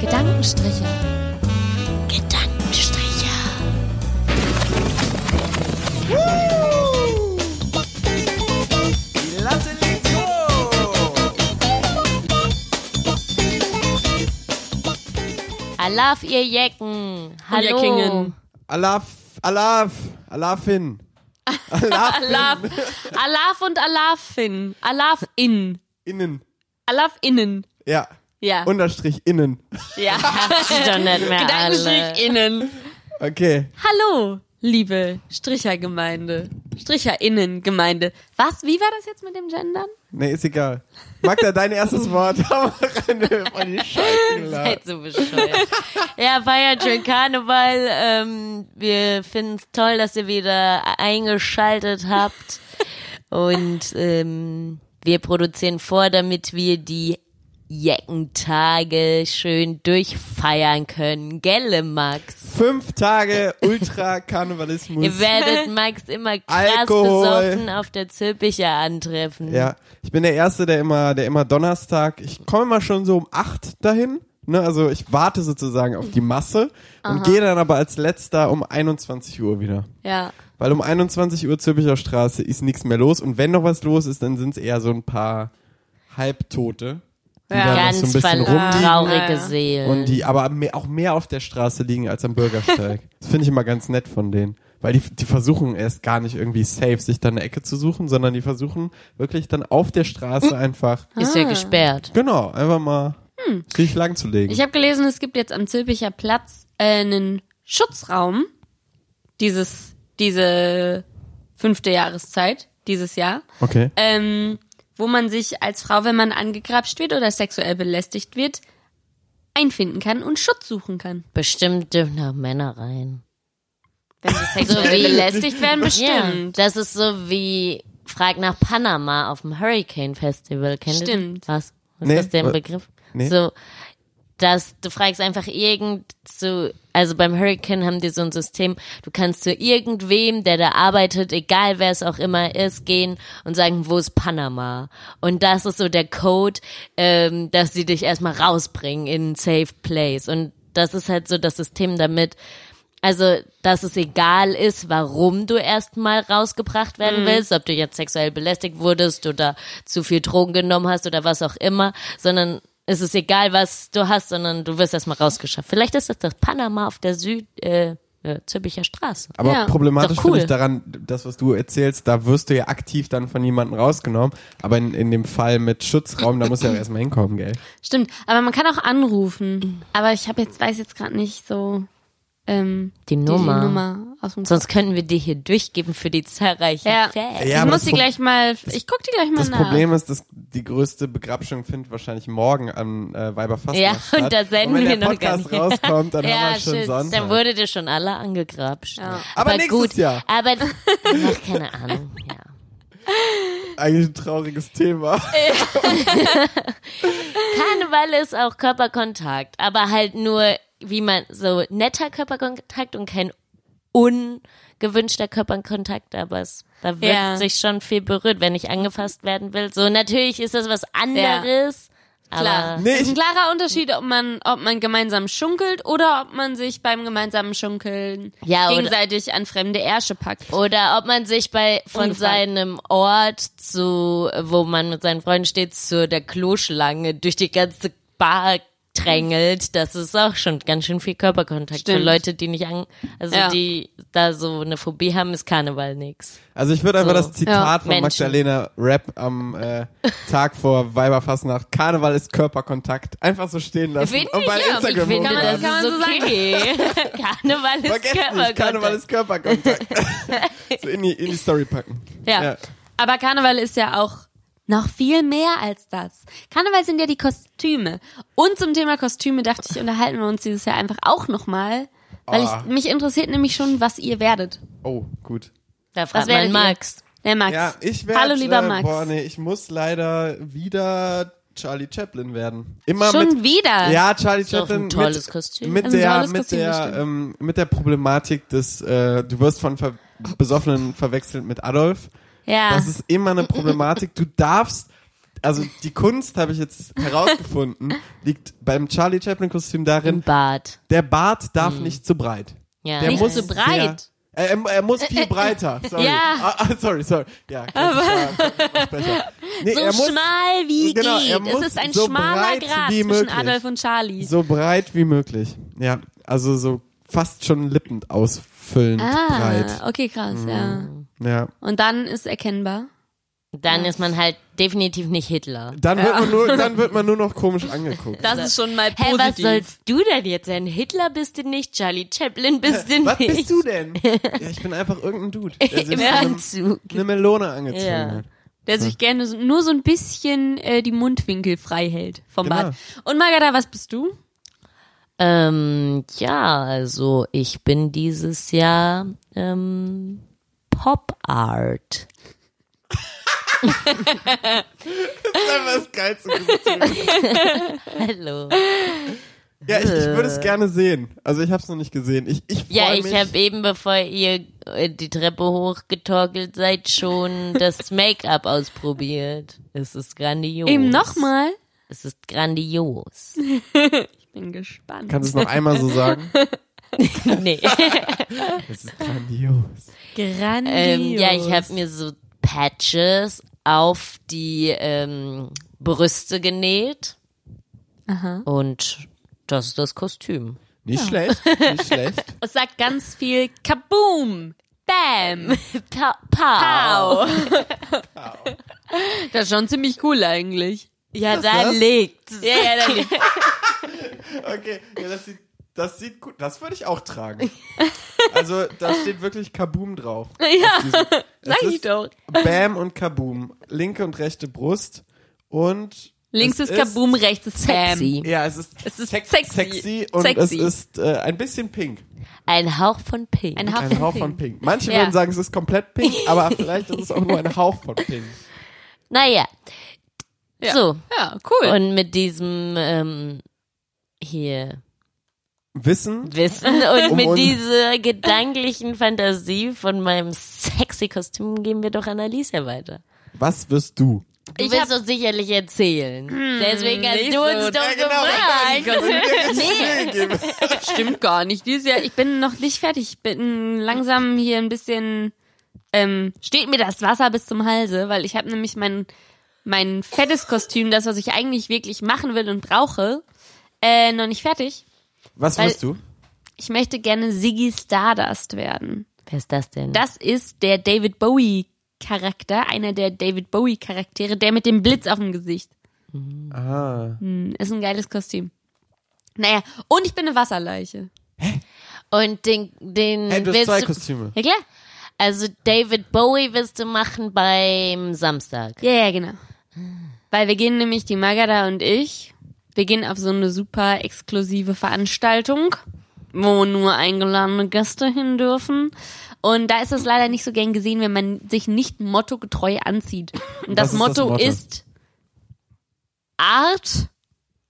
Gedankenstriche. Gedankenstriche. Die Latte liegt hoch. I love ihr Jecken. Hallo. Jeckingen. Alaf, Alaf, Alafin. Alaf, Alaf und Alafin. Alafin. Innen. Alafinnen. Ja. Ja. Unterstrich innen. ja. Ist doch nicht mehr alle. Gedankenstrich innen. Okay. Hallo, liebe Strichergemeinde. Stricherinnengemeinde. Was? Wie war das jetzt mit dem Gendern? Nee, ist egal. Magda, dein erstes Wort. Hau rein, voll die Scheiße geladen. Seid so bescheuert. ja, war ja schön Karneval. Ähm, wir finden es toll, dass ihr wieder eingeschaltet habt. Und ähm, wir produzieren vor, damit wir die Jeckentage schön durchfeiern können. Gelle, Max? Fünf Tage Ultra-Karnevalismus. Ihr werdet Max immer krass Alkohol. besoffen auf der Zülpicher antreffen. Ja, ich bin der Erste, der immer, der immer Donnerstag, ich komme immer schon so um acht dahin. Ne, also ich warte sozusagen auf die Masse und gehe dann aber als letzter um 21 Uhr wieder. Ja. Weil um 21 Uhr Zürcher Straße ist nichts mehr los und wenn noch was los ist, dann sind es eher so ein paar Halbtote, die Ja. da noch Ganz so ein bisschen verloren, rumliegen traurige Ja. Seelen. und die aber mehr, auch mehr auf der Straße liegen als am Bürgersteig. das finde ich immer ganz nett von denen. Weil die, die versuchen erst gar nicht irgendwie safe, sich dann eine Ecke zu suchen, sondern die versuchen wirklich dann auf der Straße einfach, Ist ja gesperrt. genau, einfach mal sich lang zu legen. Ich habe gelesen, es gibt jetzt am Zülpicher Platz äh, einen Schutzraum. Dieses, diese fünfte Jahreszeit, dieses Jahr. okay. ähm, wo man sich als Frau, wenn man angegrapscht wird oder sexuell belästigt wird, einfinden kann und Schutz suchen kann. Bestimmt dürfen auch Männer rein. Wenn sie sexuell Also wie- belästigt werden, bestimmt. Ja, das ist so wie Frag nach Panama auf dem Hurricane Festival. Kennt ihr Stimmt. Was? Was Nee, ist der wa- Begriff? nee. So, dass du fragst einfach irgend zu, also beim Hurricane haben die so ein System, du kannst zu irgendwem, der da arbeitet, egal wer es auch immer ist, gehen und sagen, wo ist Panama? Und das ist so der Code, ähm, dass sie dich erstmal rausbringen in einen safe place. Und das ist halt so das System damit, also, dass es egal ist, warum du erstmal rausgebracht werden willst, ob du jetzt sexuell belästigt wurdest oder zu viel Drogen genommen hast oder was auch immer, sondern es ist egal, was du hast, sondern du wirst erstmal rausgeschafft. Vielleicht ist das das Panama auf der Süd, äh, äh, Zürbicher Straße. Aber Ja. problematisch Doch cool. finde ich daran, das, was du erzählst, da wirst du ja aktiv dann von jemandem rausgenommen. Aber in, in dem Fall mit Schutzraum, da musst du ja auch erstmal hinkommen, gell? Stimmt. Aber man kann auch Mhm. anrufen. Aber ich habe jetzt, weiß jetzt gerade nicht so ähm, Die Nummer. Nummer aus dem Kopf. Sonst könnten wir die hier durchgeben für die zahlreichen Ja. Fans. Ich Ja, aber muss das die Pro- gleich mal, ich guck die gleich mal Das nach. Problem ist, dass die größte Begrabschung findet wahrscheinlich morgen an äh, Weiberfastnacht Ja, statt. und da senden wenn wir der noch Podcast gar nicht. rauskommt, dann ja, haben wir schon shit. Sonntag. Dann wurde dir schon alle angegrapscht. Aber nächstes Jahr. Aber, ach, keine Ahnung, ja. Eigentlich ein trauriges Thema. Karneval ist auch Körperkontakt, aber halt nur, wie man so netter Körperkontakt und kein ungewünschter Körperkontakt, aber es da wird Ja. sich schon viel berührt, wenn ich angefasst werden will. So natürlich ist das was anderes, Klar. aber Nee, ist ein ich- klarer Unterschied, ob man, ob man gemeinsam schunkelt oder ob man sich beim gemeinsamen Schunkeln Ja, oder- gegenseitig an fremde Ärsche packt. oder ob man sich bei von Ungefallen. seinem Ort zu, wo man mit seinen Freunden steht, zu der Kloschlange durch die ganze Bar drängelt, das ist auch schon ganz schön viel Körperkontakt für Stimmt. Leute, die nicht an, also Ja. die da so eine Phobie haben, ist Karneval nix. Also ich würde einfach So. das Zitat von Menschen. Magdalena Rapp am äh, Tag vor Weiberfastnacht, Karneval ist Körperkontakt, einfach so stehen lassen Finde und bei ich, ja. Ich Instagram finde, man- das hochladen. kann ist man so okay. Karneval ist Vergesst nicht, Karneval Körperkontakt. ist Körperkontakt. so in die, in die Story packen. Ja. Ja. Aber Karneval ist ja auch noch viel mehr als das. Karneval sind ja die Kostüme. Und zum Thema Kostüme dachte ich, unterhalten wir uns dieses Jahr einfach auch nochmal. Weil Ah. ich, mich interessiert nämlich schon, was ihr werdet. Oh, gut. Da Was fragt man werdet Max. Ihr? Der Max. Ja, ich werde. Hallo, lieber äh, Max. Boah, nee, ich muss leider wieder Charlie Chaplin werden. Immer Schon mit. wieder. Ja, Charlie doch ein Chaplin. tolles mit, Kostüm. Mit Das ist ein der, tolles mit Kostüm, das der, stimmt. ähm, mit der Problematik des, äh, du wirst von Ver Besoffenen verwechselt mit Adolf. Ja. Das ist immer eine Problematik. Du darfst, also die Kunst, habe ich jetzt herausgefunden, liegt beim Charlie Chaplin-Kostüm Im darin, Bad. der Bart darf nicht zu breit. Hm. Ja. Der Nicht muss zu breit. Sehr, er, er, er muss viel breiter. Sorry. Ja. Ah, ah, sorry, sorry. Ja, klassischer Sprecher. nee, So er muss schmal wie Genau, er geht. muss Es ist ein so schmaler breit Grat wie zwischen möglich. Adolf und Charlie. so breit wie möglich. Ja, also so fast schon lippend ausfüllend Ah, breit. Mhm. okay, krass, ja. Ja. Und dann ist erkennbar. Dann ist man halt definitiv nicht Hitler. Dann wird, man nur, dann wird man nur noch komisch angeguckt. Das ist schon mal Hä, positiv. was sollst du denn jetzt sein? Hitler bist du nicht, Charlie Chaplin bist du Was nicht. bist du denn? Ja, ich bin einfach irgendein Dude, der sich Im eine- Anzug. eine Melone angezogen Ja. hat. der sich gerne so, nur so ein bisschen äh, die Mundwinkel frei hält vom Genau. Bad. Und Margareta, was bist du? Ähm, ja, also ich bin dieses Jahr ähm, Pop Art. Das war das geilste Gesicht. Hallo. Ja, ich, ich würde es gerne sehen. Also ich habe es noch nicht gesehen. Ich, ich Äh. Ja, freu ich mich. habe eben, bevor ihr äh, die Treppe hochgetorkelt seid, schon das Make-up ausprobiert. Es ist Oh, grandios. Eben nochmal. Es ist grandios. Bin gespannt. Kannst du es noch einmal so sagen? nee. Das ist grandios. Grandios. ähm, ja, ich habe mir so Patches auf die ähm, Brüste genäht. Aha. Und das ist das Kostüm. Nicht schlecht, nicht schlecht. Es sagt ganz viel Kaboom. Bam. Pa Pow. Au. das ist schon ziemlich cool eigentlich. Ja, das da das? liegt's. Ja, ja, da liegt's. Okay, ja, das, sieht, das sieht gut. Das würde ich auch tragen. Also da steht wirklich Kaboom drauf. Ja, sag Es ich ist doch. Bam und Kaboom. Linke und rechte Brust. Und Links es ist Kaboom, rechts ist Bam. Sexy. Ja, es ist, Es ist sex- sexy. sexy und Sexy. es ist äh, ein bisschen pink. Ein Hauch von Pink. Ein Hauch Ein von Hauch Pink. von pink. Manche Ja. würden sagen, es ist komplett pink, aber vielleicht ist es auch nur ein Hauch von pink. naja. Ja. So. Ja, cool. Und mit diesem ähm, hier Wissen, Wissen und Um mit uns- dieser gedanklichen Fantasie von meinem sexy Kostüm gehen wir doch an Alicia weiter. was wirst du? Du Ich wirst uns sicherlich erzählen. Deswegen hast nicht du uns so. doch Ja, genau. gefragt. Stimmt gar nicht. Dieses Jahr, ich bin noch nicht fertig. Ich bin langsam hier ein bisschen. Ähm, steht mir das Wasser bis zum Halse, weil ich habe nämlich mein, mein fettes Kostüm, das, was ich eigentlich wirklich machen will und brauche, äh, noch nicht fertig. Was Weil- wirst du? Ich möchte gerne Ziggy Stardust werden. Wer ist das denn? Das ist der David Bowie Charakter, einer der David Bowie Charaktere, der mit dem Blitz auf dem Gesicht. Ah. Ist ein geiles Kostüm. Naja, und ich bin eine Wasserleiche. und den, den Hey, du hast willst zwei du- Kostüme. Ja klar. Also David Bowie wirst du machen beim Samstag. Ja, ja, genau. Weil wir gehen nämlich, die Magada und ich, wir gehen auf so eine super exklusive Veranstaltung, wo nur eingeladene Gäste hin dürfen. Und da ist es leider nicht so gern gesehen, wenn man sich nicht mottogetreu anzieht. Und das, Was ist das Motto, Motto? ist Art,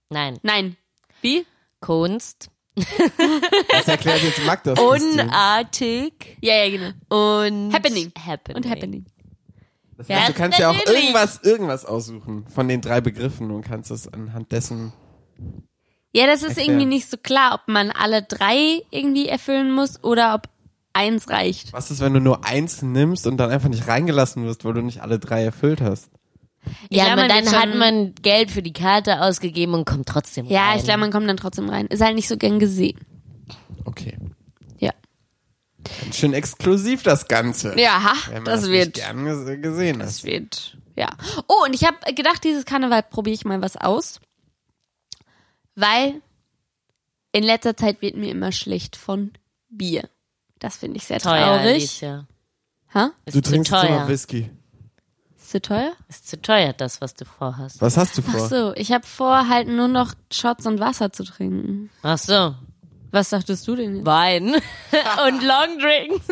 Nein, nein, wie? Kunst, Das erklärt jetzt Magda. das Kostüm. unartig Ja, ja, genau. und Happening. happening. Und Happening. Das heißt, Ja, du kannst ja auch natürlich. irgendwas, irgendwas aussuchen von den drei Begriffen und kannst das anhand dessen. Ja, das ist Erklär. irgendwie nicht so klar, ob man alle drei irgendwie erfüllen muss oder ob eins reicht. Was ist, wenn du nur eins nimmst und dann einfach nicht reingelassen wirst, weil du nicht alle drei erfüllt hast? Ja, Ich glaub, aber man dann wird hat schon- man Geld für die Karte ausgegeben und kommt trotzdem Ja, rein. ich glaube, man kommt dann trotzdem rein. Ist halt nicht so gern gesehen. Okay. Ja. Ganz schön exklusiv das Ganze. Ja, Wenn man das, das wird. Nicht gern gese- gesehen Das ist. wird. Ja. Oh, und ich habe gedacht, dieses Karneval probiere ich mal was aus. Weil in letzter Zeit wird mir immer schlecht von Bier. Das finde ich sehr teuer. traurig. Alicia. Ha? Ist Du zu trinkst nur noch teuer. Whisky. Ist zu teuer? Ist zu teuer, das, was du vorhast. Was hast du Ach vor? so, ich habe vor, halt nur noch Shots und Wasser zu trinken. Ach so. Was dachtest du denn jetzt? Wein und Long Drinks.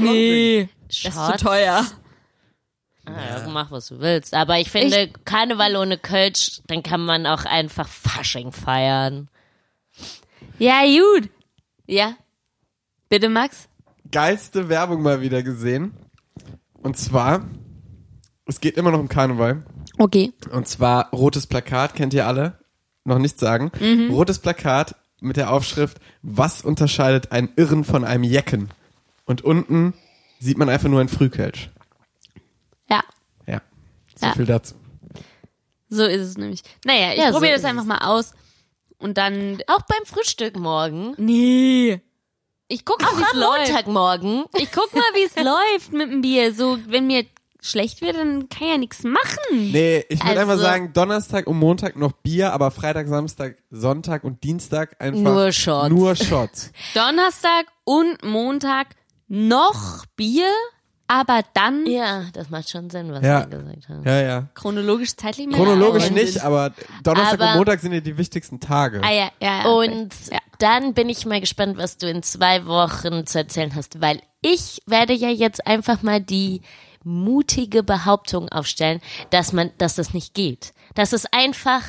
Nee, das ist zu Shots. teuer. Ah, ja, mach, was du willst. Aber ich finde, Karneval ohne Kölsch, dann kann man auch einfach Fasching feiern. Ja, gut. Ja. Bitte, Max? Geilste Werbung mal wieder gesehen. Und zwar, es geht immer noch um Karneval. Okay. Und zwar rotes Plakat, kennt ihr alle? Noch nicht sagen. Mhm. Rotes Plakat mit der Aufschrift, was unterscheidet einen Irren von einem Jecken? Und unten sieht man einfach nur ein Frühkölsch. Ja. Ja. So Ja. viel dazu. So ist es nämlich. Naja, ich Ja, so probiere ist das einfach mal aus. Und dann. Auch beim Frühstück morgen. Nee. Ich guck mal, Auch wie's am läuft. Montagmorgen. Ich guck mal, wie es läuft mit dem Bier. So, wenn mir schlecht wird, dann kann ich ja nichts machen. Nee, ich würde Also- einfach sagen, Donnerstag und Montag noch Bier, aber Freitag, Samstag, Sonntag und Dienstag einfach Nur Shots. Nur Shots. Donnerstag und Montag noch Bier, aber dann Ja, das macht schon Sinn, was Ja. wir gesagt haben. ja, ja. chronologisch zeitlich mehr. Chronologisch Und- nicht, aber Donnerstag Aber- und Montag sind ja die wichtigsten Tage. Ah, ja, ja, ja, Und Ja. dann bin ich mal gespannt, was du in zwei Wochen zu erzählen hast, weil ich werde ja jetzt einfach mal die mutige Behauptung aufstellen, dass man, dass das nicht geht. Dass es einfach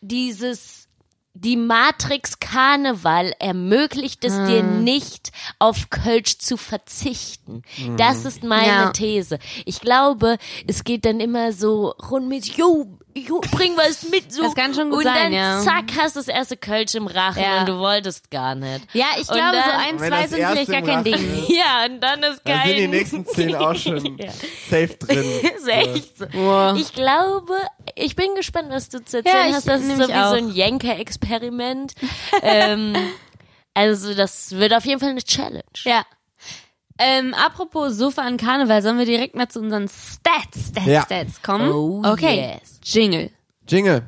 dieses, die Matrix Karneval ermöglicht es dir Hm. nicht, auf Kölsch zu verzichten. Das ist meine Ja. These. Ich glaube, es geht dann immer so rund mit, jo, jo, bring was mit, so. Das kann schon gut und sein, dann ja. zack, hast das erste Kölsch im Rachen Ja. und du wolltest gar nicht. Ja, ich Und glaube, so dann- ein, Wenn zwei das sind vielleicht erste gar im kein Rachen Ding. Ja, und dann ist geil. da sind die nächsten zehn auch schon Ja. safe drin. ist echt so. Boah. Ich glaube, ich bin gespannt, was du zu erzählen Ja, ich hast. Das ist nämlich so wie auch. so ein Jenker-Experiment. ähm, also, das wird auf jeden Fall eine Challenge. Ja. Ähm, apropos Sofa an Karneval, sollen wir direkt mal zu unseren Stats, Stats, Ja. Stats kommen? Oh, okay. yes. Jingle. Jingle.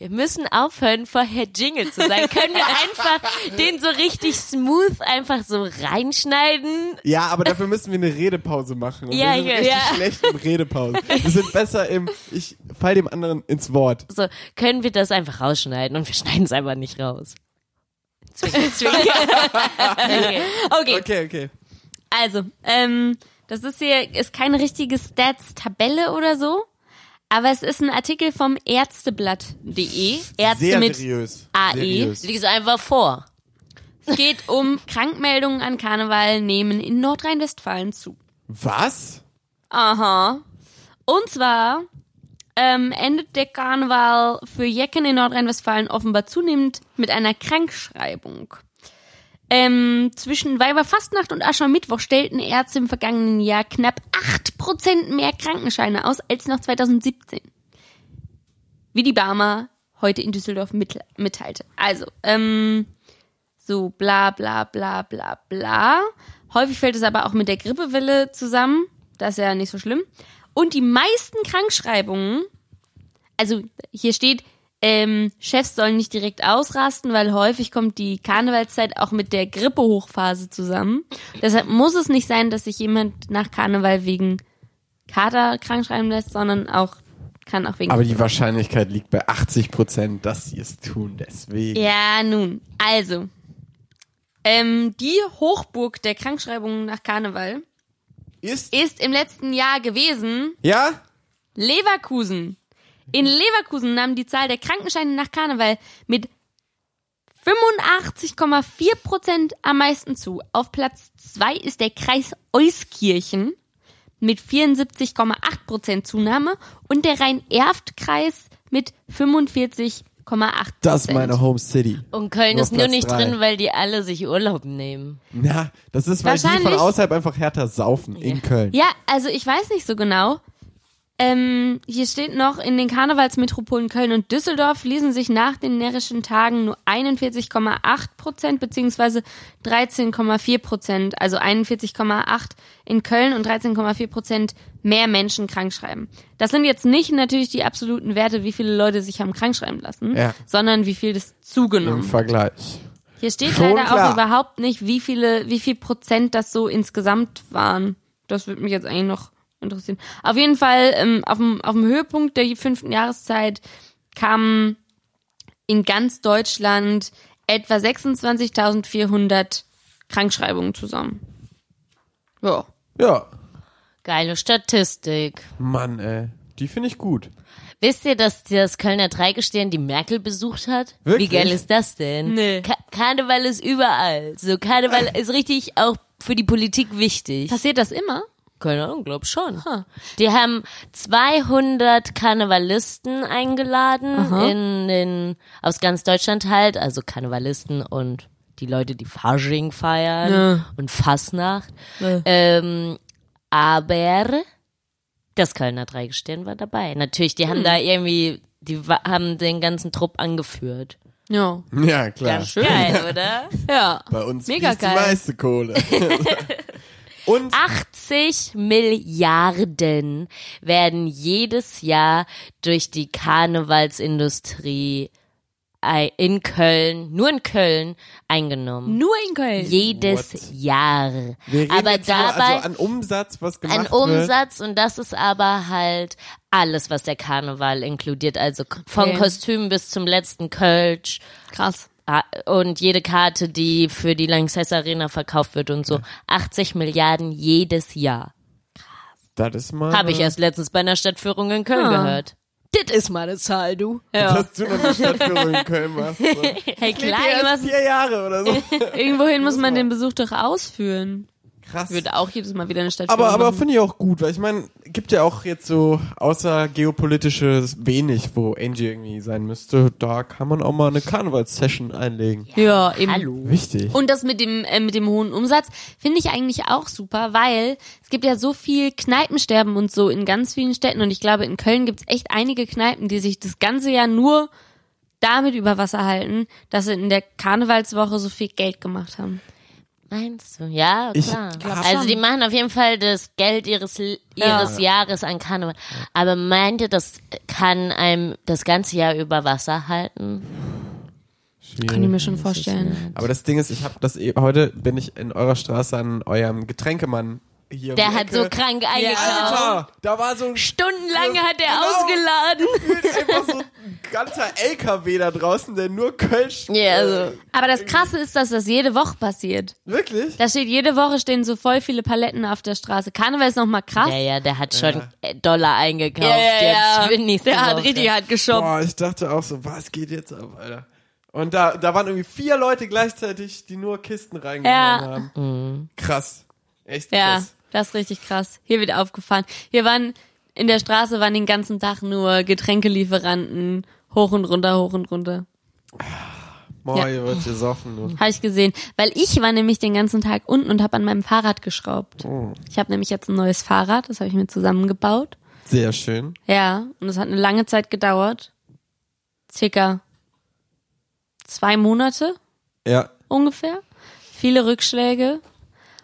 Wir müssen aufhören, vorher Jingle zu sein. Können wir einfach den so richtig smooth einfach so reinschneiden? Ja, aber dafür müssen wir eine Redepause machen. Und Ja, wir sind ja. richtig Ja. schlecht im Redepause. Wir sind besser im, ich fall dem anderen ins Wort. So, können wir das einfach rausschneiden und wir schneiden es einfach nicht raus. Zwinker, zwinker. okay. Okay, Okay, okay. also, ähm, das ist hier, ist keine richtige Stats-Tabelle oder so, aber es ist ein Artikel vom Ärzteblatt.de. Ärzte Sehr mit seriös. AE. Seriös. Lies einfach vor. Es geht um Krankmeldungen an Karneval nehmen in Nordrhein-Westfalen zu. Was? Aha. Und zwar ähm, endet der Karneval für Jecken in Nordrhein-Westfalen offenbar zunehmend mit einer Krankschreibung. Ähm, zwischen Weiberfastnacht und Aschermittwoch stellten Ärzte im vergangenen Jahr knapp 8% mehr Krankenscheine aus als noch 2017. Wie die Barmer heute in Düsseldorf mitl- mitteilte. Also, ähm, so bla bla bla bla bla. Häufig fällt es aber auch mit der Grippewelle zusammen. Das ist ja nicht so schlimm. Und die meisten Krankschreibungen, also hier steht, ähm, Chefs sollen nicht direkt ausrasten, weil häufig kommt die Karnevalszeit auch mit der Grippehochphase zusammen. Deshalb muss es nicht sein, dass sich jemand nach Karneval wegen Kater krankschreiben lässt, sondern auch kann auch wegen Aber die Wahrscheinlichkeit liegt bei 80 Prozent, dass sie es tun. Deswegen. Ja, nun, also. Ähm, die Hochburg der Krankschreibungen nach Karneval Ist? ist im letzten Jahr gewesen Ja? Leverkusen. In Leverkusen nahm die Zahl der Krankenscheine nach Karneval mit 85,4 Prozent am meisten zu. Auf Platz zwei ist der Kreis Euskirchen mit 74,8 Prozent Zunahme und der Rhein-Erft-Kreis mit 45,8 Prozent. Das ist meine Home City. Und Köln Nur ist nur Platz nicht drei. drin, weil die alle sich Urlaub nehmen. Na, das ist, weil die von Wahrscheinlich- außerhalb einfach härter saufen in Köln. Ja, also ich weiß nicht so genau. Ähm, hier steht noch, in den Karnevalsmetropolen Köln und Düsseldorf ließen sich nach den närrischen Tagen nur 41,8 Prozent beziehungsweise 13,4 Prozent, also 41,8 in Köln und 13,4 Prozent mehr Menschen krankschreiben. Das sind jetzt nicht natürlich die absoluten Werte, wie viele Leute sich haben krankschreiben lassen, Ja. sondern wie viel das Im zugenommen Vergleich. hier steht Schon leider klar. auch überhaupt nicht, wie viele, wie viel Prozent das so insgesamt waren. Das würde mich jetzt eigentlich noch interessieren. Auf jeden Fall, ähm, auf, dem, auf dem Höhepunkt der fünften Jahreszeit kamen in ganz Deutschland etwa 26.400 Krankschreibungen zusammen. Ja. Ja. Geile Statistik. Mann, ey. Die finde ich gut. Wisst ihr, dass das Kölner Dreigestirn die Merkel besucht hat? Wirklich? Wie geil ist das denn? Nee. Ka Karneval ist überall. So, Karneval ist richtig auch für die Politik wichtig. Passiert das immer? Keine Ahnung, glaub schon. Die haben 200 Karnevalisten eingeladen in den, aus ganz Deutschland halt, also Karnevalisten und die Leute, die Fasching feiern und Fasnacht. Ähm, aber das Kölner Dreigestirn war dabei. Natürlich, die haben da irgendwie, die wa- haben den ganzen Trupp angeführt. Ja. Ja, klar. Ganz schön. Geil, oder? Ja. Bei uns Mega fließt die geil. Ah, meiste Kohle. Und 80 Milliarden werden jedes Jahr durch die Karnevalsindustrie ei- in Köln, nur in Köln, eingenommen. Nur in Köln. Jedes What? Jahr. wir reden Aber jetzt nur, also dabei an Umsatz, was gemacht ein Umsatz und das ist aber halt alles, was der Karneval inkludiert. Also k- von Okay. Kostüm bis zum letzten Kölsch Krass. ah, und jede Karte, die für die Lanxess Arena verkauft wird und so. 80 Milliarden jedes Jahr. wird. Das ist mal. Habe ich erst letztens bei einer Stadtführung in Köln Ah. gehört. Das ist mal eine Zahl, du. Ja. Dass du noch eine Stadtführung in Köln machst. So. Hey, klar, Die erst was vier Jahre oder so. Irgendwohin muss man den Besuch doch ausführen. Krass. Ich würde auch jedes Mal wieder eine Stadt Aber, aber finde ich auch gut, weil ich meine, gibt ja auch jetzt so außer geopolitisches wenig, wo Angie irgendwie sein müsste. Da kann man auch mal eine Karnevalssession einlegen. Ja, eben. Hallo. Wichtig. Und das mit dem, äh, mit dem hohen Umsatz finde ich eigentlich auch super, weil es gibt ja so viel Kneipensterben und so in ganz vielen Städten. Und ich glaube, in Köln gibt's echt einige Kneipen, die sich das ganze Jahr nur damit über Wasser halten, dass sie in der Karnevalswoche so viel Geld gemacht haben. Meinst du? Ja, Ich klar. glaub also schon. die machen auf jeden Fall das Geld ihres, ihres Ja. Jahres an Karneval. Aber meint ihr, das kann einem das ganze Jahr über Wasser halten? Kann ich mir schon vorstellen. Aber das Ding ist, ich habe das eben, heute bin ich in eurer Straße an eurem Getränkemann hier. um Der die hat so Ecke. krank eingekauft. Alter, da war so ein Genau. Stundenlang hat er ausgeladen. Genau. gefühlt einfach so ein ganzer LKW da draußen, der nur Kölsch. äh, Ja, also. Aber das Krasse ist, dass das jede Woche passiert. Wirklich? Da steht, jede Woche stehen so voll viele Paletten auf der Straße. Karneval ist nochmal krass. Ja, ja, der hat schon äh, Dollar eingekauft. Jetzt für die nächste Der hat Woche. richtig hart geschoben. Boah, ich dachte auch so, was geht jetzt ab, Alter? Und da, da waren irgendwie vier Leute gleichzeitig, die nur Kisten reingehauen haben. Mhm. Krass. Echt Ja, krass. das ist richtig krass. Hier wird aufgefahren. Hier waren in der Straße waren den ganzen Tag nur Getränkelieferanten hoch und runter, hoch und runter. Boah, Ja. hier ne? wird gesoffen. nur. Habe ich gesehen, weil ich war nämlich den ganzen Tag unten und habe an meinem Fahrrad geschraubt. Ich habe nämlich jetzt ein neues Fahrrad, das habe ich mir zusammengebaut. Sehr schön. Ja, und es hat eine lange Zeit gedauert. Circa zwei Monate Ja. ungefähr. Viele Rückschläge.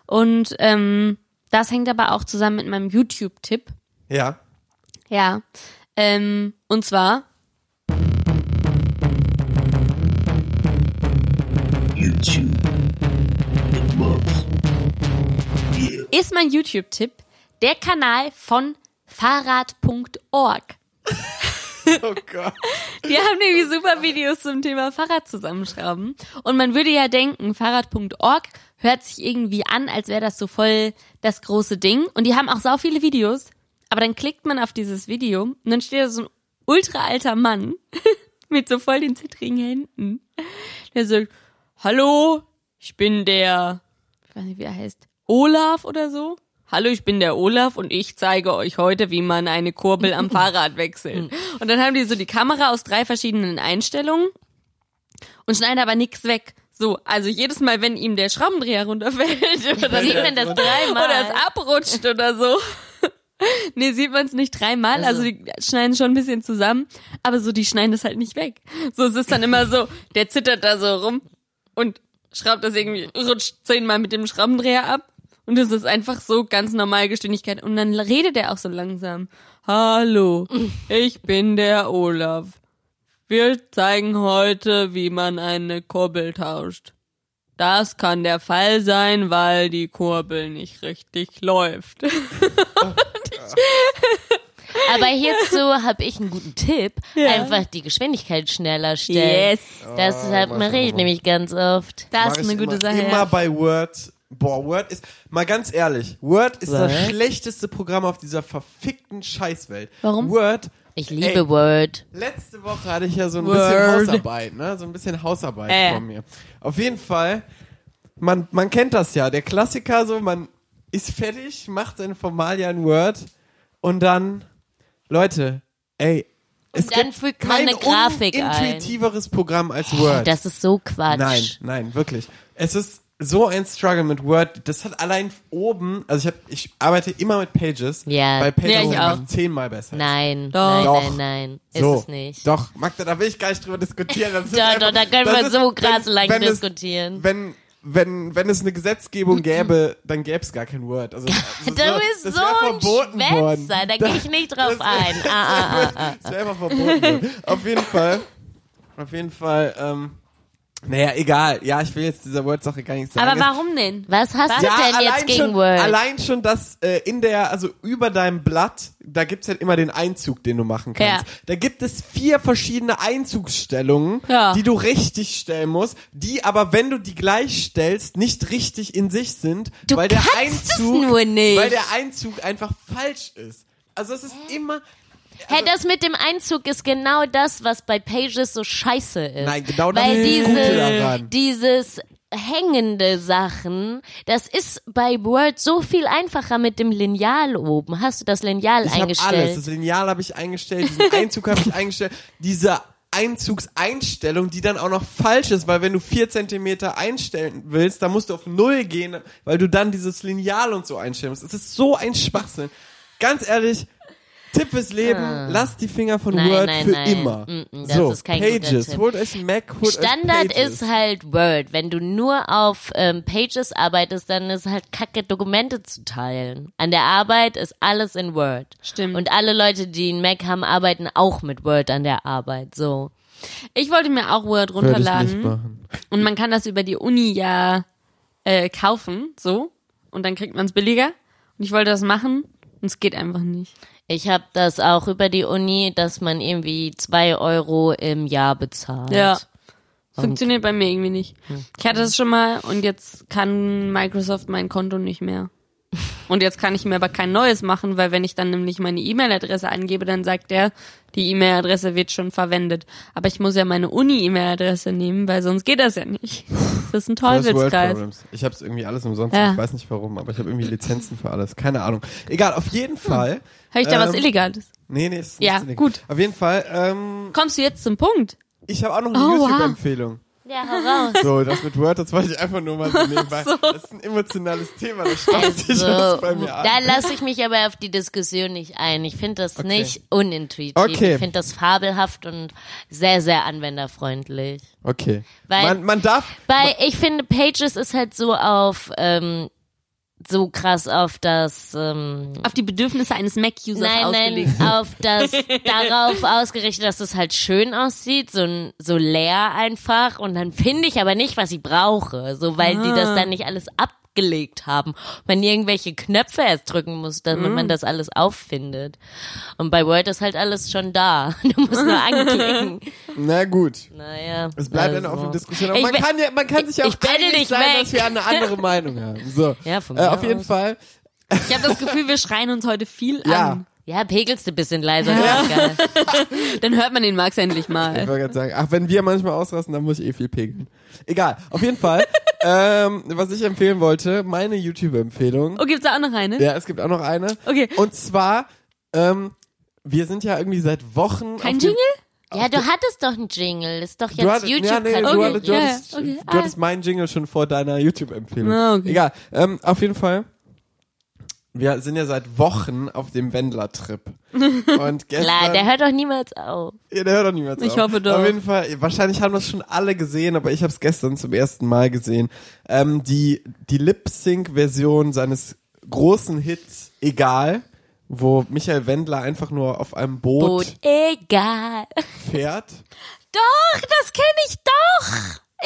Und ähm, das hängt aber auch zusammen mit meinem YouTube-Tipp. Ja. Ja. Ähm, und zwar. Ist mein YouTube-Tipp der Kanal von Fahrrad.org. Oh Gott. Die haben nämlich super Videos zum Thema Fahrrad zusammenschrauben. Und man würde ja denken, Fahrrad.org hört sich irgendwie an, als wäre das so voll das große Ding. Und die haben auch sau viele Videos. Aber dann klickt man auf dieses Video und dann steht da so ein ultra alter Mann mit so voll den zittrigen Händen. Der sagt, hallo, ich bin der, ich weiß nicht, wie er heißt, Olaf oder so. Hallo, ich bin der Olaf und ich zeige euch heute, wie man eine Kurbel am Fahrrad wechselt. Und dann haben die so die Kamera aus drei verschiedenen Einstellungen und schneiden aber nichts weg. So, also jedes Mal, wenn ihm der Schraubendreher runterfällt oder Sieht man das dreimal? oder es abrutscht oder so. nee, sieht man es nicht dreimal, also. Also. die schneiden schon ein bisschen zusammen, aber so, die schneiden das halt nicht weg. So, es ist dann immer so, der zittert da so rum und schraubt das irgendwie, rutscht zehnmal mit dem Schraubendreher ab. Und das ist einfach so ganz normal Geschwindigkeit. Und dann redet er auch so langsam. Hallo, ich bin der Olaf. Wir zeigen heute, wie man eine Kurbel tauscht. Das kann der Fall sein, weil die Kurbel nicht richtig läuft. Aber hierzu habe ich einen guten Tipp. Einfach die Geschwindigkeit schneller stellen. Das Oh, hat mach man ich redet auch. nämlich ganz oft. Das Mach ist eine ich gute immer, Sache. Immer bei Word. Boah, Word ist, mal ganz ehrlich, Word ist das Word? schlechteste Programm auf dieser verfickten Scheißwelt. Warum? Word. Ich Ey, liebe Word. Letzte Woche hatte ich ja so ein Word. bisschen Hausarbeit, ne? So ein bisschen Hausarbeit Äh. von mir. Auf jeden Fall man, man kennt das ja, der Klassiker so, man ist fertig, macht seine Formalien Word und dann, Leute, ey, es dann gibt fügt man kein eine Grafik ein. intuitiveres Programm als Word. Das ist so Quatsch. Nein, nein, wirklich. Es ist so ein Struggle mit Word. Das hat allein oben, also ich, hab, ich arbeite immer mit Pages. Ja. Bei Ja, Pages ich ja, auch. zehnmal besser. Nein, Doch. nein, nein, nein. Ist so. es nicht. Doch, Magda, da will ich gar nicht drüber diskutieren. Das ist Da- einfach, da können das wir so krass lang es- diskutieren. wenn, wenn, wenn es eine Gesetzgebung gäbe, dann gäbe es gar kein Word. Also, das Du wär- bist das so wär ein verboten worden. Schwätzer, da gehe ich nicht drauf ein. Ah, ah, ah. Das wäre einfach verboten. worden. auf jeden Fall. Auf jeden Fall. Ähm, naja, egal. Ja, ich will jetzt dieser Word-Sache gar nichts sagen. Aber Es- warum denn? Was hast du denn jetzt gegen schon, Word? Allein schon, dass äh, in der, also über deinem Blatt, da gibt's halt immer den Einzug, den du machen kannst. Ja. Da gibt es vier verschiedene Einzugsstellungen, Ja. die du richtig stellen musst, die aber, wenn du die gleich stellst, nicht richtig in sich sind, Du weil der kannst es Einzug, nur nicht. weil der Einzug einfach falsch ist. Also es ist immer, Hä, das mit dem Einzug ist genau das, was bei Pages so scheiße ist. Nein, genau das Weil ist das dieses, Gute daran. dieses hängende Sachen, das ist bei Word so viel einfacher mit dem Lineal oben. Hast du das Lineal Ich habe alles. eingestellt? Das Lineal habe ich eingestellt, diesen Einzug habe ich eingestellt, diese Einzugseinstellung, die dann auch noch falsch ist, weil wenn du vier Zentimeter einstellen willst, dann musst du auf null gehen, weil du dann dieses Lineal und so einstellen musst. Es ist so ein Schwachsinn. Ganz ehrlich, Tipp fürs Leben, lasst die Finger von Ah. Nein, Word nein, für nein. immer. Mm-mm, das so, ist kein guter Pages, Tipp. holt euch einen Mac, holt Standard euch also Pages. ist halt Word. Wenn du nur auf ähm, Pages arbeitest, dann ist halt kacke, Dokumente zu teilen. An der Arbeit ist alles in Word. Stimmt. Und alle Leute, die einen Mac haben, arbeiten auch mit Word an der Arbeit. So. Ich wollte mir auch Word Würde ich nicht runterladen. machen. Und man kann das über die Uni ja äh, kaufen, so. Und dann kriegt man es billiger. Und ich wollte das machen und es geht einfach nicht. Ich habe das auch über die Uni, dass man irgendwie zwei Euro im Jahr bezahlt. Ja. Funktioniert bei mir irgendwie nicht. Ich hatte das schon mal und jetzt kann Microsoft mein Konto nicht mehr. Und jetzt kann ich mir aber kein neues machen, weil wenn ich dann nämlich meine E-Mail-Adresse angebe, dann sagt er, die E-Mail-Adresse wird schon verwendet. Aber ich muss ja meine Uni-E-Mail-Adresse nehmen, weil sonst geht das ja nicht. Das ist ein First World Teufelskreis. Problems. Ich habe irgendwie alles umsonst. Ja. Ich weiß nicht warum, aber ich habe irgendwie Lizenzen für alles. Keine Ahnung. Egal, auf Hm. jeden Fall. Habe ich da was Ähm, Illegales? Nee, nee, ist Ja, nicht sinnig. gut. Auf jeden Fall, ähm, Kommst du jetzt zum Punkt? ich habe auch noch eine Oh, wow. YouTube-Empfehlung. Ja, hau raus. So, das mit Word, das wollte ich einfach nur mal so nebenbei. Das ist ein emotionales Thema, das staut sich Also, alles bei mir da an. lasse ich mich aber auf die Diskussion nicht ein. Ich finde das nicht unintuitiv. Okay. Ich finde das fabelhaft und sehr, sehr anwenderfreundlich. Okay. Weil- man, man darf, Weil ich finde, Pages ist halt so auf, ähm, so krass auf das, ähm, Auf die Bedürfnisse eines Mac-Users Nein, ausgelegt. nein, auf das, darauf ausgerichtet, dass es halt schön aussieht, so, n- so leer einfach. Und dann finde ich aber nicht, was ich brauche, so weil die das Ah. dann nicht alles abgelegt haben. Wenn irgendwelche Knöpfe erst drücken muss, damit Mm. man das alles auffindet. Und bei Word ist halt alles schon da. Du musst nur anklicken. na gut. Naja. Es bleibt eine also. offene Diskussion. Aber Ich man we- kann, ja, man kann sich ja auch ich battle einig dich sein, weg. dass wir eine andere Meinung haben. So. Ja, von äh, mir auf jeden aus. Fall. Ähm, Ich habe das Gefühl, wir schreien uns heute viel Ja. an. Ja, pegelst du ein bisschen leiser. ist auch geil. Dann hört man den Max endlich Ich mal. wollte gerade sagen, ach, wenn wir manchmal ausrasten, dann muss ich eh viel pegeln. Egal, auf jeden Fall. ähm, was ich empfehlen wollte, meine YouTube-Empfehlung. Oh, gibt's da auch noch eine? Ja, es gibt auch noch eine. Okay. Und zwar, ähm, wir sind ja irgendwie seit Wochen. Kein auf dem- Jingle? Ja, du hattest doch einen Jingle. Ist doch Du jetzt hattest, YouTube. ja, nee, du, Okay, hattest, du, ja, ja, hattest, okay. du hattest meinen Jingle schon vor deiner YouTube-Empfehlung. Ah, okay. Egal, ähm, auf jeden Fall. Wir sind ja seit Wochen auf dem Wendler-Trip. Und gestern. Klar, der hört doch niemals auf. Ja, der hört doch niemals Ich auf. hoffe doch. Auf jeden Fall, wahrscheinlich haben das schon alle gesehen, aber ich habe es gestern zum ersten Mal gesehen. Ähm, die die Lip-Sync-Version seines großen Hits Egal, wo Michael Wendler einfach nur auf einem Boot, Boot. Egal. fährt. Doch, das kenne ich doch.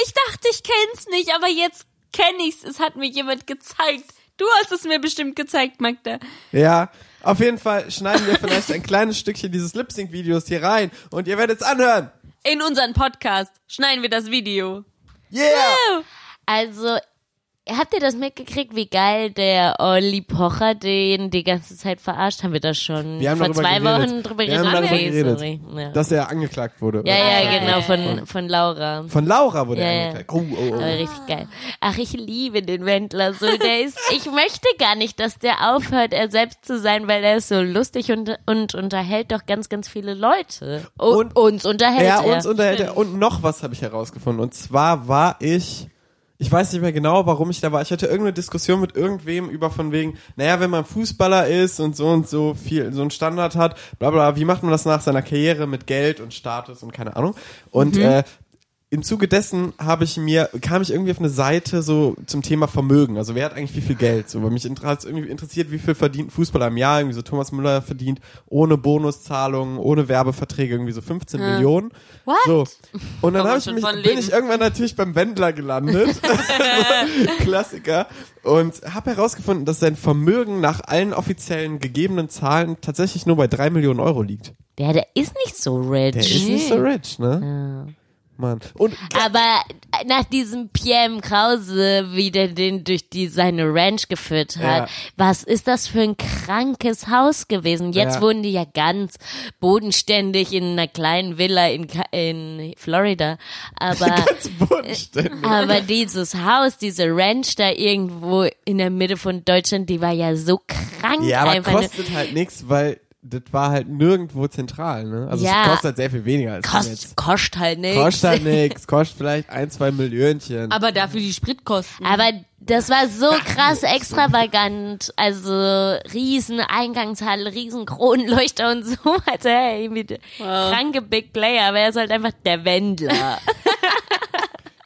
Ich dachte, ich kenn's nicht, aber jetzt kenne ich's. Es hat mir jemand gezeigt. Du hast es mir bestimmt gezeigt, Magda. Ja, auf jeden Fall schneiden wir vielleicht ein kleines Stückchen dieses Lip-Sync-Videos hier rein und ihr werdet es anhören. In unseren Podcast schneiden wir das Video. Yeah! Also habt ihr das mitgekriegt, wie geil der Olli Pocher den die ganze Zeit verarscht? Haben wir das schon Wir haben vor darüber zwei geredet. Wochen drüber Wir haben geredet? darüber Okay, geredet. sorry. Ja. Dass er angeklagt wurde. Äh, ja, Ah, ja, ja, genau, ja, von, von Laura. Von Laura wurde Ja, Äh, ja. er angeklagt. Oh, oh, Aber oh. richtig geil. Ach, ich liebe den Wendler so. Der ist, ich möchte gar nicht, dass der aufhört, er selbst zu sein, weil er ist so lustig und, und unterhält doch ganz, ganz viele Leute. Und, Und- uns unterhält Ja, er. uns unterhält er. Und noch was habe ich herausgefunden. Und zwar war ich, ich weiß nicht mehr genau, warum ich da war. Ich hatte irgendeine Diskussion mit irgendwem über von wegen, naja, wenn man Fußballer ist und so und so viel, so einen Standard hat, bla bla, wie macht man das nach seiner Karriere mit Geld und Status und keine Ahnung. Und Mhm. äh, im Zuge dessen habe ich mir, kam ich irgendwie auf eine Seite so zum Thema Vermögen. Also wer hat eigentlich wie viel Geld? So, weil mich inter- hat's irgendwie interessiert, wie viel verdient ein Fußballer im Jahr, irgendwie so Thomas Müller verdient, ohne Bonuszahlungen, ohne Werbeverträge, irgendwie so 15 Millionen. What? So. Und dann man habe ich schon mich, von bin leben. ich irgendwann natürlich beim Wendler gelandet. Klassiker. Und habe herausgefunden, dass sein Vermögen nach allen offiziellen gegebenen Zahlen tatsächlich nur bei 3 Millionen Euro liegt. Der, der ist nicht so rich. Der ist nicht so rich, ne? Mann. Und Aber nach diesem PM Krause, wie der den durch die seine Ranch geführt hat, Ja. was ist das für ein krankes Haus gewesen? Jetzt Ja. wohnen die ja ganz bodenständig in einer kleinen Villa in, Ka- in Florida. Aber, Äh, ganz bodenständig. aber dieses Haus, diese Ranch da irgendwo in der Mitte von Deutschland, die war ja so krank Ja, aber einfach. ne? kostet halt nichts, weil das war halt nirgendwo zentral, ne? Also Ja. es kostet halt sehr viel weniger als Kost, jetzt. kostet halt nichts. Kostet halt nichts, kostet vielleicht ein, zwei Millionchen. Aber dafür die Spritkosten. Aber das war so krass extravagant. Also riesen Eingangshalle, riesen Kronleuchter und so. Also hey, mit kranke Big Player, aber er ist halt einfach der Wendler.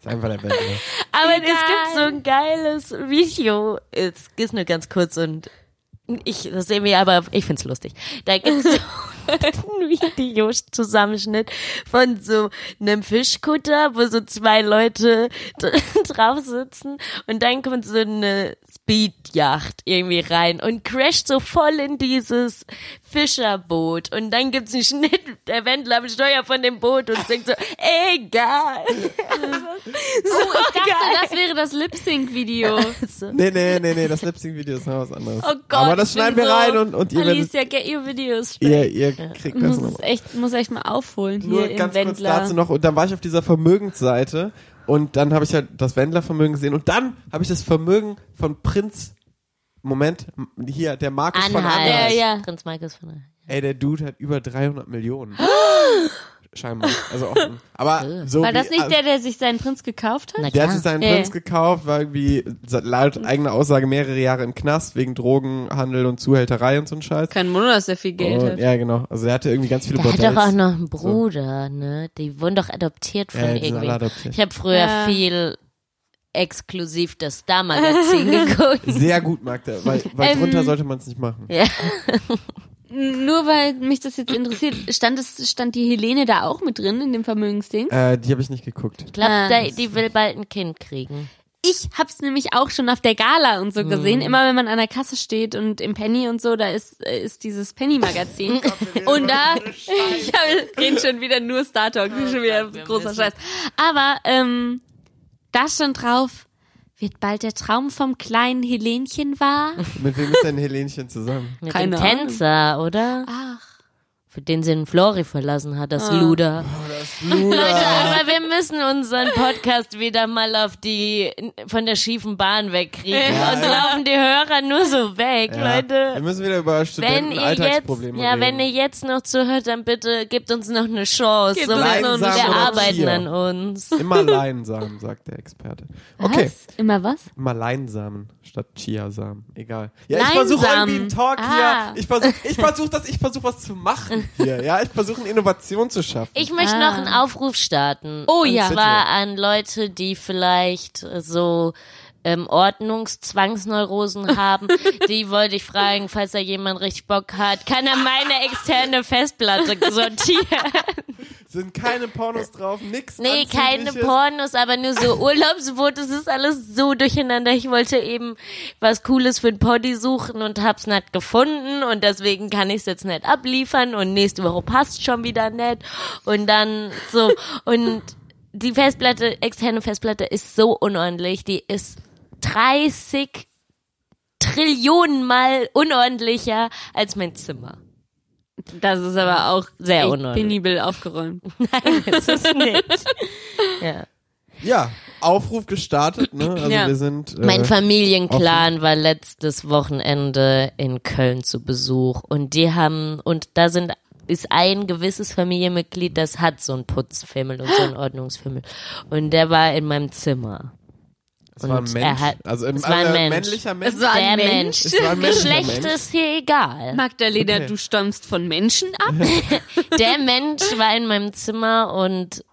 ist einfach der Welt, ne? Aber es gibt so ein geiles Video. Es ist nur ganz kurz und ich, das sehen wir aber, ich find's lustig. Da gibt's so einen Videozusammenschnitt von so einem Fischkutter, wo so zwei Leute dr- drauf sitzen und dann kommt so eine Speedjacht irgendwie rein und crasht so voll in dieses Fischerboot und dann gibt's einen Schnitt, der Wendler am Steuer von dem Boot und singt so, egal. oh, ich dachte, geil. das wäre das Lip-Sync-Video. Nee, nee, nee, nee, das Lip-Sync-Video ist noch was anderes. Oh Gott. aber das ich bin schneiden wir so, rein und, und ihr, werdet, Alicia, get your videos straight. ihr, ihr kriegt das muss es nochmal. echt, muss echt mal aufholen hier Nur im ganz kurz Wendler. dazu noch, und dann war ich auf dieser Vermögensseite und dann habe ich halt das Wendler-Vermögen gesehen und dann habe ich das Vermögen von Prinz, Moment, m- hier, der Markus von Anhalt. Anhalt. Ja, ja. Prinz Markus von Anhalt. Ey, der Dude hat über 300 Millionen. Scheinbar. Also offen. Aber so War das wie, nicht also, der, der sich seinen Prinz gekauft hat? Na der klar. hat sich seinen Ja, Prinz ja. gekauft, war irgendwie seit- laut eigener Aussage mehrere Jahre im Knast wegen Drogenhandel und Zuhälterei und so ein Scheiß. Kein Wunder, dass er viel Geld Und, hat. ja, genau. Also er hatte irgendwie ganz viele der hat doch auch Bordells. noch einen Bruder, ne? Die wurden doch adoptiert von Ja, die sind irgendwie. alle adoptiert. Ich habe früher Ja. viel exklusiv das Star-Magazin geguckt. Sehr gut, Magda, weil, weil Ähm, drunter sollte man es nicht machen. Nur weil mich das jetzt interessiert, stand, es, stand die Helene da auch mit drin in dem Vermögensding? Äh, die habe ich nicht geguckt. Ich glaube, Ah. da- die will bald ein Kind kriegen. ich hab's nämlich auch schon auf der Gala und so gesehen. Mhm. Immer wenn man an der Kasse steht und im Penny und so, da ist, äh, ist dieses Penny-Magazin. und da, ich hab, reden schon wieder nur Star Talk, schon wieder großer Scheiß. Aber ähm, da stand drauf, wird bald der Traum vom kleinen Helenchen wahr? Mit wem ist denn Helenchen zusammen? Mit Keine dem Ahnung. Tänzer, oder? Ach, Ah. Für den sie den Flori verlassen hat, das Luder. Oh, Leute, aber wir müssen unseren Podcast wieder mal auf die von der schiefen Bahn wegkriegen. Ja. Uns laufen die Hörer nur so weg, Ja. Leute. Wir müssen wieder wenn über ihr jetzt, Studentenalltagsprobleme ja, reden. wenn ihr jetzt noch zuhört, dann bitte gebt uns noch eine Chance. Gebt so, uns wir noch eine wir Chance. arbeiten an uns. Immer Leinsamen, sagt der Experte. Okay. was? Immer was? Immer Leinsamen statt Chiasamen. Egal. Ja, ich versuche Leinsamen. irgendwie einen Talk Ah. hier. Ich versuche, ich versuch das, ich versuche was zu machen hier. Ja, ich versuche eine Innovation zu schaffen. Ich möchte Ah. noch einen Aufruf starten. Oh Und ja. zwar an Leute, die vielleicht äh, so ähm, Ordnungszwangsneurosen haben. die wollte ich fragen, falls da jemand richtig Bock hat, kann er meine externe Festplatte sortieren? Sind keine Pornos drauf, nix. Nee, keine Anzügliches. Pornos, aber nur so Urlaubsfotos. Es ist alles so durcheinander. Ich wollte eben was Cooles für ein Poddy suchen und hab's nicht gefunden und deswegen kann ich's jetzt nicht abliefern und nächste Woche passt schon wieder nicht und dann so und die Festplatte, externe Festplatte ist so unordentlich, die ist 30 Trillionen Mal unordentlicher als mein Zimmer. Das ist aber auch Sehr echt unordentlich. penibel aufgeräumt. Nein, das ist nicht. Ja. Ja, Aufruf gestartet, ne? Also Ja. wir sind. Äh, Mein Familienclan war letztes Wochenende in Köln zu Besuch und die haben und da sind ist ein gewisses Familienmitglied, das hat so einen Putzfimmel und so einen Ordnungsfimmel und der war in meinem Zimmer. es war ein und Mensch. er hat- also ein, es war ein äh, Mensch. männlicher Mensch. war ein der Mensch. Mensch, Es war ein männlicher Geschlecht Mensch. ist hier egal. Magdalena, Okay. du stammst von Menschen ab? der Mensch war in meinem Zimmer und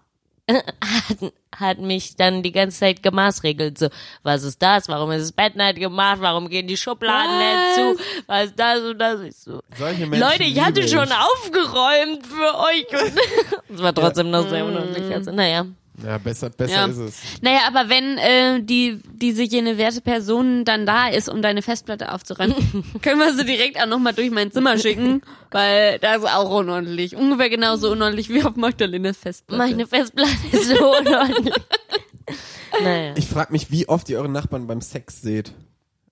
hat, hat mich dann die ganze Zeit gemaßregelt. So, was ist das? Warum ist es Bad Night gemacht? Warum gehen die Schubladen Was? nicht zu? Was ist das und das? Ich so. Solche Menschen Leute, ich liebe hatte schon ich. aufgeräumt für euch. Und es war trotzdem noch sehr unordentlich. Also, naja. Ja, besser, besser Ja. ist es. Naja, aber wenn äh, die, diese jene werte Person dann da ist, um deine Festplatte aufzuräumen, können wir sie direkt auch nochmal durch mein Zimmer schicken, weil das ist auch unordentlich. Ungefähr genauso unordentlich wie auf Magdalenas Festplatte. Meine Festplatte ist so unordentlich. Naja. Ich frage mich, wie oft ihr eure Nachbarn beim Sex seht.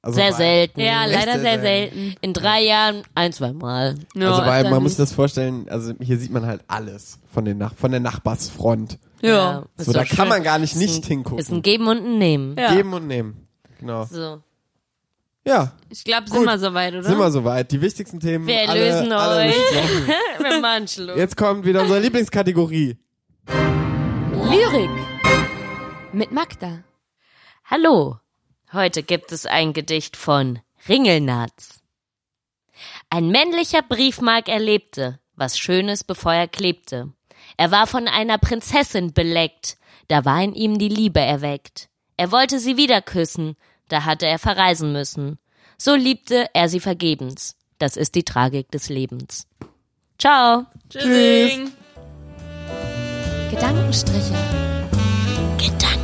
Also Sehr bei- selten. ja, Echt leider sehr sehr selten. In drei Jahren ein, zwei Mal. Ja, Also weil dann- man muss sich das vorstellen, also hier sieht man halt alles von, den Nach von der Nachbarsfront. ja. ist So, da doch kann man gar nicht Ist nicht ein, hingucken. Ist ein Geben und ein Nehmen. Ja. Geben und nehmen. Genau. So. Ja, Ich glaube, sind Gut. wir soweit, oder? sind wir soweit. Die wichtigsten Themen. Wir alle, lösen alle euch. besprochen. Wir machen Schluss. Jetzt kommt wieder unsere Lieblingskategorie. Lyrik mit Magda. Hallo. Heute gibt es ein Gedicht von Ringelnatz. Ein männlicher Briefmark erlebte, was Schönes, bevor er klebte. Er war von einer Prinzessin beleckt, da war in ihm die Liebe erweckt. Er wollte sie wieder küssen, da hatte er verreisen müssen. So liebte er sie vergebens. Das ist die Tragik des Lebens. Ciao. Tschüssing. Gedankenstriche. Gedanken.